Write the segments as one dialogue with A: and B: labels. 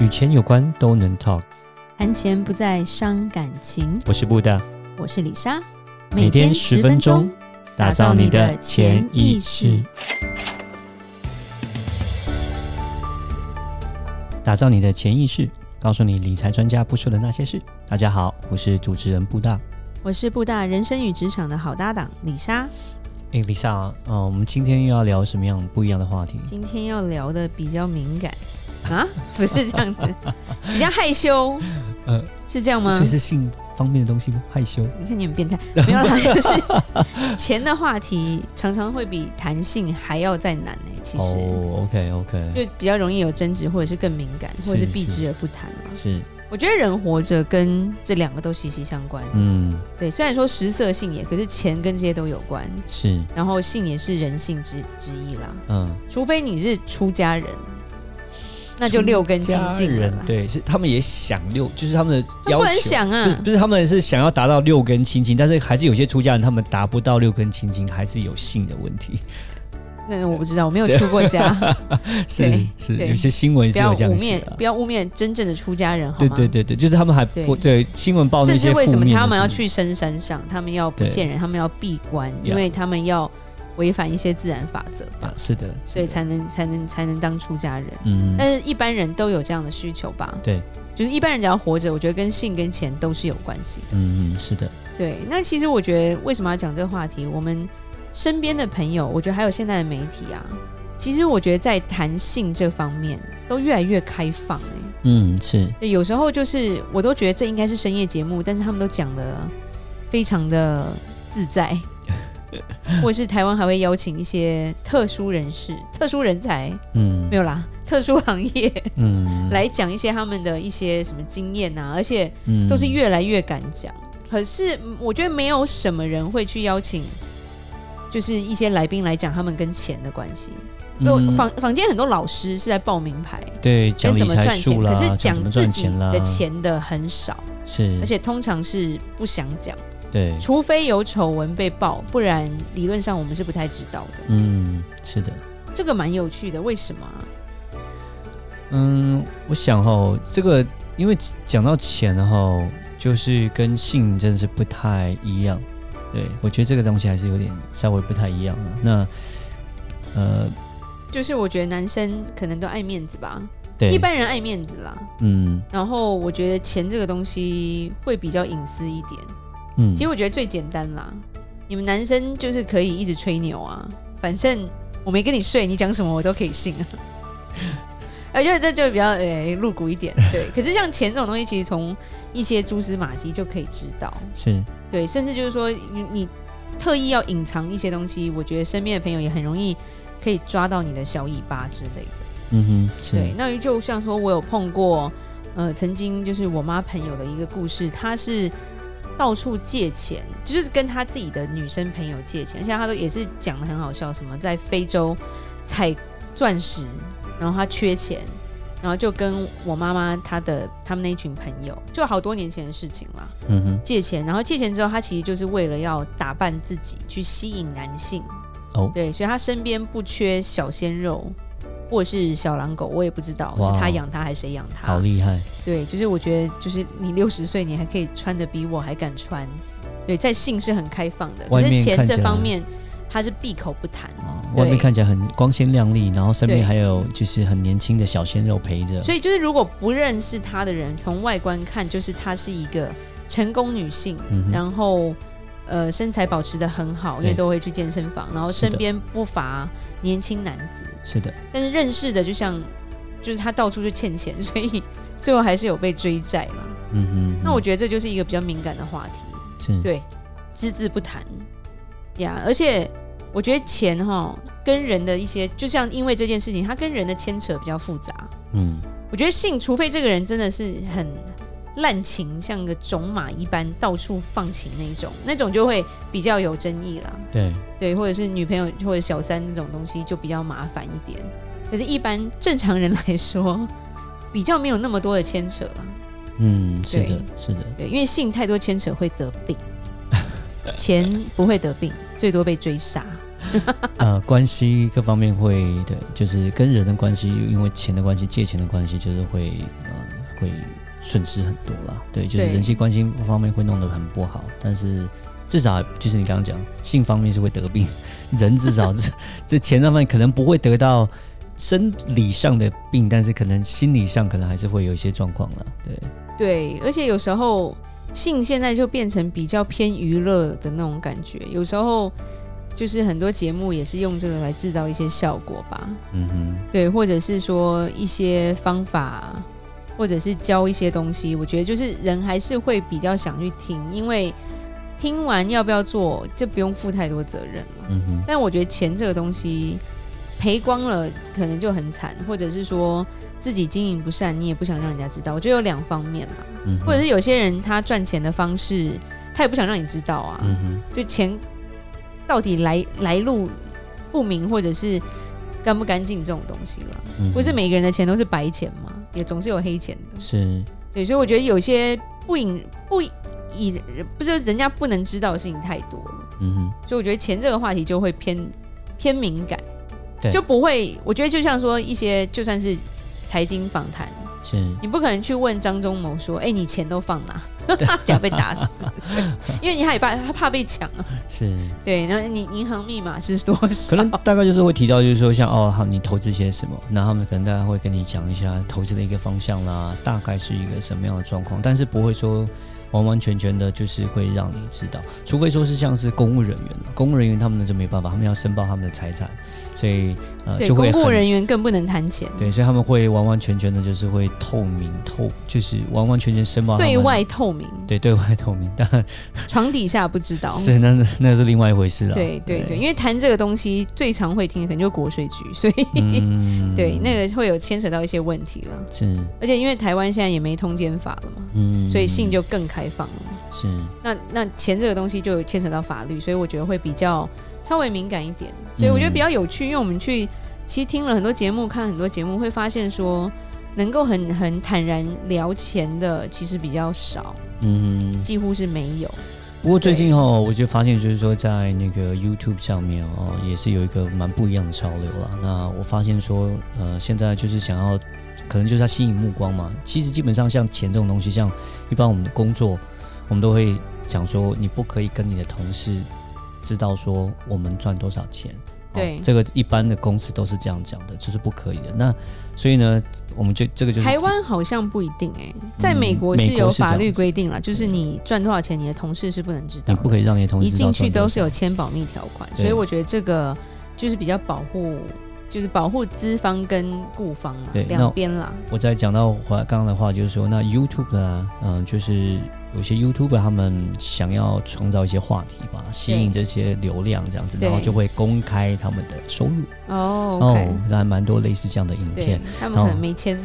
A: 与钱有关都能 talk。
B: 谈钱不再伤感情。
A: 我是布大，
B: 我是李莎，
A: 每天十分钟，打造你的潜意识，打造你的潜意识，告诉你理财专家不说的那些事。大家好，我是主持人布大。
B: 我是布大人生与职场的好搭档李莎。
A: 哎，李莎，啊，呃，我们今天又要聊什么样不一样的话题？
B: 今天要聊的比较敏 感啊，不是这样子，比较害羞，
A: 呃，
B: 是这样吗
A: 所以？是性方面的东西吗？害羞？
B: 你看你很变态，没有啦，就是 钱的话题常常会比谈性还要再难呢、其实、
A: 哦，OK OK，
B: 就比较容易有争执，或者是更敏感，或者是
A: 是
B: 避
A: 是
B: 之而不谈嘛。
A: 是，
B: 我觉得人活着跟这两个都息息相关。
A: 嗯，
B: 对，虽然说食色性也，可是钱跟这些都有关。
A: 是，
B: 然后性也是人性之之一啦，
A: 嗯，
B: 除非你是出家人，那就六根清
A: 家
B: 净了
A: 人
B: 啦。
A: 对，是他们也想六，就是他们的
B: 他
A: 要
B: 不能
A: 求。
B: 想
A: 不是
B: 啊，
A: 不是，他们是想要达到六根清净，但是还是有些出家人他们达不到六根清净，还是有性的问 题。
B: 那个我不知道，我没有出过 家，
A: 是
B: 对
A: 是，
B: 对
A: 有些新闻
B: 不
A: 是
B: 要
A: 有
B: 污
A: 这样写
B: 蔑，
A: 的啊。
B: 不要污蔑真正的出家人，好
A: 对
B: 吗？
A: 对对对，就是他们还
B: 对
A: 不对新闻报
B: 这
A: 那
B: 是
A: 些
B: 为什
A: 负
B: 么
A: 面的
B: 他们要
A: 新闻
B: 去深山上，他们要不
A: 对
B: 见人，他们要闭关，
A: Yeah
B: 因为他们要违反一些自然法则吧
A: 啊？，是的，是
B: 所以
A: 的
B: 才能才能才能当出家人。
A: 嗯
B: 但是一般人都有这样的需求吧？
A: 对，
B: 就是一般人只要活着，我觉得跟性跟钱都是有关系的。
A: 嗯嗯是的，
B: 对，那其实我觉得为什么要讲这个话题？我们身边的朋友，我觉得还有现在的媒体啊，其实我觉得在谈性这方面都越来越开放哎、
A: 嗯是
B: 对，有时候就是我都觉得这应该是深夜节目，但是他们都讲的非常的自在，或者是台湾还会邀请一些特殊人士、特殊人才，
A: 嗯
B: 没有啦，特殊行业
A: 嗯
B: 来讲一些他们的一些什么经验啊，而且
A: 嗯
B: 都是越来越敢讲。可是嗯我觉得没有什么人会去邀请，就是一些来宾来讲他们跟钱的关系。就
A: 嗯
B: 坊坊间很多老师是在报名牌，
A: 对讲
B: 跟
A: 理
B: 怎么
A: 财
B: 赚钱，
A: 术啦，
B: 可是
A: 讲怎么
B: 讲自
A: 赚
B: 己
A: 钱啦嗯
B: 的，钱的很少，
A: 是
B: 而且通常是不想讲，
A: 对
B: 除非有丑闻被爆，不然理论上我们是不太知道的。
A: 嗯是的。
B: 这个蛮有趣的，为什么啊？
A: 嗯，我想哈，这个因为讲到钱哈，就是跟性真的是不太一样。对，我觉得这个东西还是有点稍微不太一样啊。那呃，
B: 就是我觉得男生可能都爱面子吧，
A: 对，
B: 一般人爱面子啦。
A: 嗯
B: 然后我觉得钱这个东西会比较隐私一点。
A: 嗯，
B: 其实我觉得最简单啦，你们男生就是可以一直吹牛啊，反正我没跟你睡，你讲什么我都可以信啊。 而且这就比较诶、露骨一点，对。可是像钱这种东西，其实从一些蛛丝马迹就可以知道，
A: 是
B: 对。甚至就是说你你特意要隐藏一些东西，我觉得身边的朋友也很容易可以抓到你的小尾巴之类的。
A: 嗯哼是
B: 对，那就像说我有碰过，呃，曾经就是我妈朋友的一个故事，她是到处借钱，就是跟她自己的女生朋友借钱，而且她都也是讲的很好笑，什么在非洲采钻石，然后她缺钱。然后就跟我妈妈她的他们那一群朋友，就好多年前的事情啦，
A: 嗯哼
B: 借钱。然后借钱之后，她其实就是为了要打扮自己，去吸引男性。
A: 哦
B: 对，所以他身边不缺小鲜肉，或者是小狼狗，我也不知道
A: 哇
B: 是他养他还是谁养
A: 好
B: 他。
A: 厉害，
B: 对，就是我觉得，就是你六十岁，你还可以穿的比我还敢穿。对，在性是很开放的，可
A: 外
B: 是
A: 面
B: 钱
A: 看
B: 这
A: 起来
B: 方面他是闭口不谈。
A: 哦
B: 对
A: 外面看起来很光鲜亮丽，然后身边
B: 对
A: 还有就是很年轻的小鲜肉陪着，
B: 所以就是如果不认识他的人，从外观看，就是她是一个成功女性，
A: 嗯哼
B: 然后呃身材保持的很好，因为
A: 对
B: 都会去健身房，然后
A: 是
B: 身
A: 的
B: 边不乏年轻男子。
A: 是的，
B: 但是认识的就像，就是他到处就欠钱， 所以最后还是有被追债嘛。
A: 嗯哼，
B: 那我觉得这就是一个比较敏感的话题，
A: 是
B: 对只字不谈呀。而且我觉得钱哈跟人的一些，就像因为这件事情，它跟人的牵扯比较复杂。
A: 嗯
B: 我觉得性，除非这个人真的是很滥情，像个种马一般到处放情那一种，那种就会比较有争议啦。
A: 对
B: 对，或者是女朋友或者小三那种东西就比较麻烦一点。可是，一般正常人来说，比较没有那么多的牵扯啦。
A: 嗯是
B: 对
A: 的是的，
B: 对，因为性太多牵扯会得病，钱不会得病，最多被追杀。
A: 呃关系各方面会的，就是跟人的关系，因为钱的关系、借钱的关系，就是会呃会损失很多啦。对，就是
B: 对
A: 人际关系方面会弄得很不好，但是至少就是你刚刚讲性方面是会得病，人至少这这钱上面可能不会得到。生理上的病，但是可能心理上可能还是会有一些状况了。对，
B: 对，而且有时候性现在就变成比较偏娱乐的那种感觉，有时候就是很多节目也是用这个来制造一些效果吧，
A: 嗯哼，
B: 对，或者是说一些方法，或者是教一些东西，我觉得就是人还是会比较想去听，因为听完要不要做，这不用负太多责任了。
A: 嗯哼。
B: 但我觉得钱这个东西赔光了，可能就很惨，或者是说自己经营不善，你也不想让人家知道。我觉得有两方面嘛，
A: 嗯哼
B: 或者是有些人他赚钱的方式，他也不想让你知道啊，
A: 嗯
B: 就钱到底来来路不明，或者是干不干净这种东西了。
A: 哼，嗯哼
B: 不是每个人的钱都是白钱嘛，也总是有黑钱的。
A: 是，
B: 对，所以我觉得有些不引不以不是人家不能知道的事情太多了。
A: 嗯哼，
B: 所以我觉得钱这个话题就会偏偏敏感，
A: 对
B: 就不会。我觉得就像说一些就算是财经访谈，
A: 是，
B: 你不可能去问张忠谋说：“哎、你钱都放 哪？”等下被打死， 因为你害怕他怕被抢啊。
A: 是，
B: 对，然后你银行密码是多
A: 可
B: 少？
A: 能呃大概就是会提到，就是说像哦，好，你投资些什么，那他们可能大家会跟你讲一下投资的一个方向啦，大概是一个什么样的状况，但是不会说完完全全的，就是会让你知道，除非说是像是公务人员了，公务人员他们那就没办法，他们要申报他们的财产，所以呃
B: 对，
A: 就会
B: 公务
A: 很
B: 人员更不能谈钱，
A: 对，所以他们会完完全全的，就是会透明透，就是完完全全申报他们
B: 对外透明，
A: 对 对外透明，当然
B: 床底下不知道。
A: 是那那那是另外一回事了。
B: 哦对对对，因为谈这个东西最常会听的可能就国税局，所以、
A: 嗯
B: 对那个会有牵扯到一些问题了。
A: 是
B: 而且因为台湾现在也没通奸法了嘛，
A: 嗯，
B: 所以性就更开放了。
A: 是嗯
B: 那那钱这个东西就有牵扯到法律，所以我觉得会比较稍微敏感一点。所以我觉得
A: 嗯
B: 比较有趣，因为我们去其实听了很多节目，看很多节目，会发现说能够很很坦然聊钱的其实比较少，
A: 嗯。
B: 几乎是没有。
A: 不过最近哦，我就发现就是说，在那个 YouTube 上面哦，也是有一个蛮不一样的潮流啦。那我发现说，呃，现在就是想要，可能就是要吸引目光嘛。其实基本上像钱这种东西，像一般我们的工作，我们都会讲说，你不可以跟你的同事知道说我们赚多少钱。哦
B: 对
A: 这个一般的公司都是这样讲的，就是不可以的。那所以呢，我们就这个就是嗯
B: 台湾好像不一定哎、在美国
A: 美
B: 是
A: 国
B: 有
A: 是这
B: 法
A: 样
B: 律
A: 子
B: 规定啦，就是你赚多少钱，你的同事是不能知道
A: 你
B: 的，
A: 不可以让你的同事
B: 一
A: 知道
B: 进去
A: 赚多
B: 都
A: 少
B: 是有签保密条款，
A: 对
B: 所以我觉得这个就是比较保护，就是保护资方跟雇方嘛，
A: 对那
B: 两边啦，
A: 我在讲到话刚刚的话，就是说，那 YouTube 呢，嗯、就是有些 YouTuber 他们想要创造一些话题吧，吸引这些流量这样子，
B: 对
A: 然后就会公开他们的收入。
B: 哦，OK，
A: 哦，那还蛮多类似这样的影
B: 对
A: 片。
B: 他们可
A: 哦
B: 能没签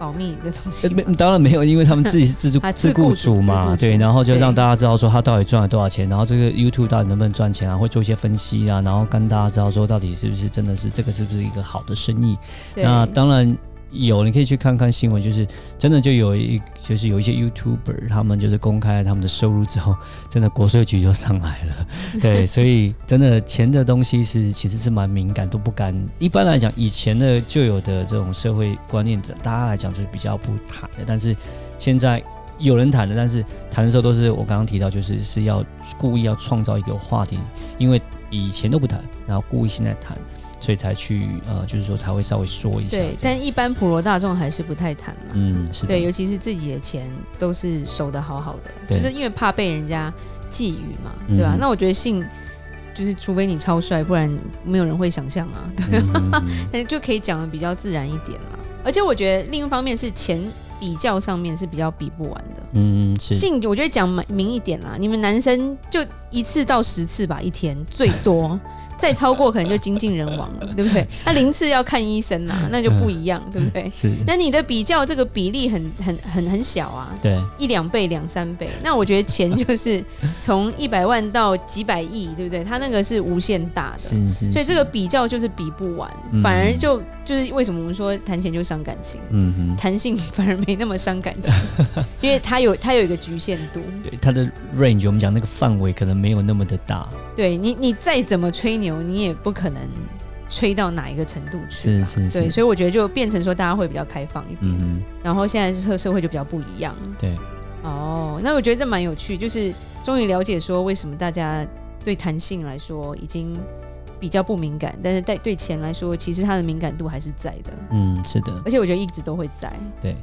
B: 保密的东西
A: 呃
B: 吧，
A: 没，当然没有，因为他们自 己是自助
B: 啊
A: 自
B: 自
A: 雇
B: 雇主
A: 主嘛，
B: 自雇主
A: 对，然后就
B: 对
A: 让大家知道说他到底赚了多少钱，然后这个 YouTube 到底能不能赚钱啊，会做一些分析啊，然后跟大家知道说到底是不是真的是这个是不是一个好的生意，
B: 对
A: 那当然有，你可以去看看新闻，就是真的就有一就是有一些 YouTuber，他们就是公开了他们的收入之后，真的国税局就上来了。对，所以真的钱的东西是其实是蛮敏感，都不敢。一般来讲，以前的就有的这种社会观念，大家来讲就是比较不谈的，但是现在。有人谈的，但是谈的时候都是我刚刚提到，就是是要故意要创造一个话题，因为以前都不谈，然后故意现在谈，所以才去呃，就是说才会稍微说一下这样。
B: 对，但一般普罗大众还是不太谈嘛。
A: 嗯，是的，
B: 对，尤其是自己的钱都是守得好好的，
A: 嗯对
B: 就是因为怕被人家觊觎嘛，
A: 嗯
B: 对吧、那我觉得性就是，除非你超帅，不然没有人会想象啊，对
A: 嗯哼哼
B: 但就可以讲的比较自然一点嘛。而且我觉得另一方面是钱比较上面是比较比不完的。
A: 嗯，是，
B: 性我觉得讲明一点啦，你们男生就一次到十次吧，一天最 多，再超过可能就精尽人亡了，对不对？那零次要看医生
A: 嗯
B: 啦，那就不一样，对不对？
A: 是，
B: 那你的比较这个比例很很很很小啊，
A: 对，
B: 一两倍、两三倍。那我觉得 钱就是从一百万到几百亿，对不对？它那个是无限大的，
A: 是是，
B: 所以
A: 是
B: 这个，比较就是比不完，
A: 嗯
B: 反而就就是为什么我们说谈钱就伤感情，
A: 嗯哼，
B: 谈性 反而没那么伤感 情，因为它有它有一个局限度。
A: 对，它的 range 我们讲那个范围可能没有那么的大，
B: 对你，你再怎么吹牛，你也不可能吹到哪一个程度去
A: 是
B: 吧。
A: 是是
B: 对，所以我觉得就变成说大家会比较开放一点，
A: 嗯
B: 然后现在社社会就比较不一样。
A: 哼，对，
B: 哦，那我觉得这蛮有趣，就是终于了解说为什么大家对弹性来说已经比较不敏感，但是在对钱来说，其实它的敏感度还是在的，
A: 嗯，是的，
B: 而且我觉得一直都会在。
A: 对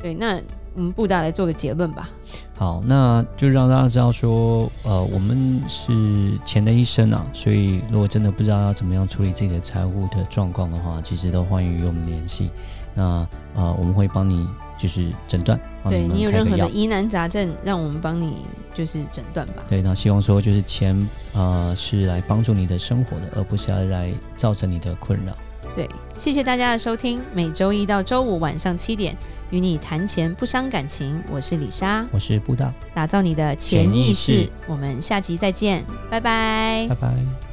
B: 对，那我们布达来做个结论吧。
A: 好，那就让大家知道说，呃，我们是钱的一生啊，所以如果真的不知道要怎么样处理自己的财务的状况的话，其实都欢迎与我们联系。那呃，我们会帮你就是诊断，帮
B: 对
A: 们
B: 你有
A: 开
B: 任
A: 个
B: 何
A: 药
B: 的疑难杂症，让我们帮你就是诊断吧。
A: 对，那希望说就是钱，呃，是来帮助你的生活的，而不是要来造成你的困扰。
B: 对，谢谢大家的收听，每周一到周五晚上七点，与你谈钱不伤感情。我是李莎，
A: 我是布大，
B: 打造你的潜
A: 潜
B: 意
A: 意
B: 识。
A: 识
B: 我们下集再见，拜拜
A: 拜拜。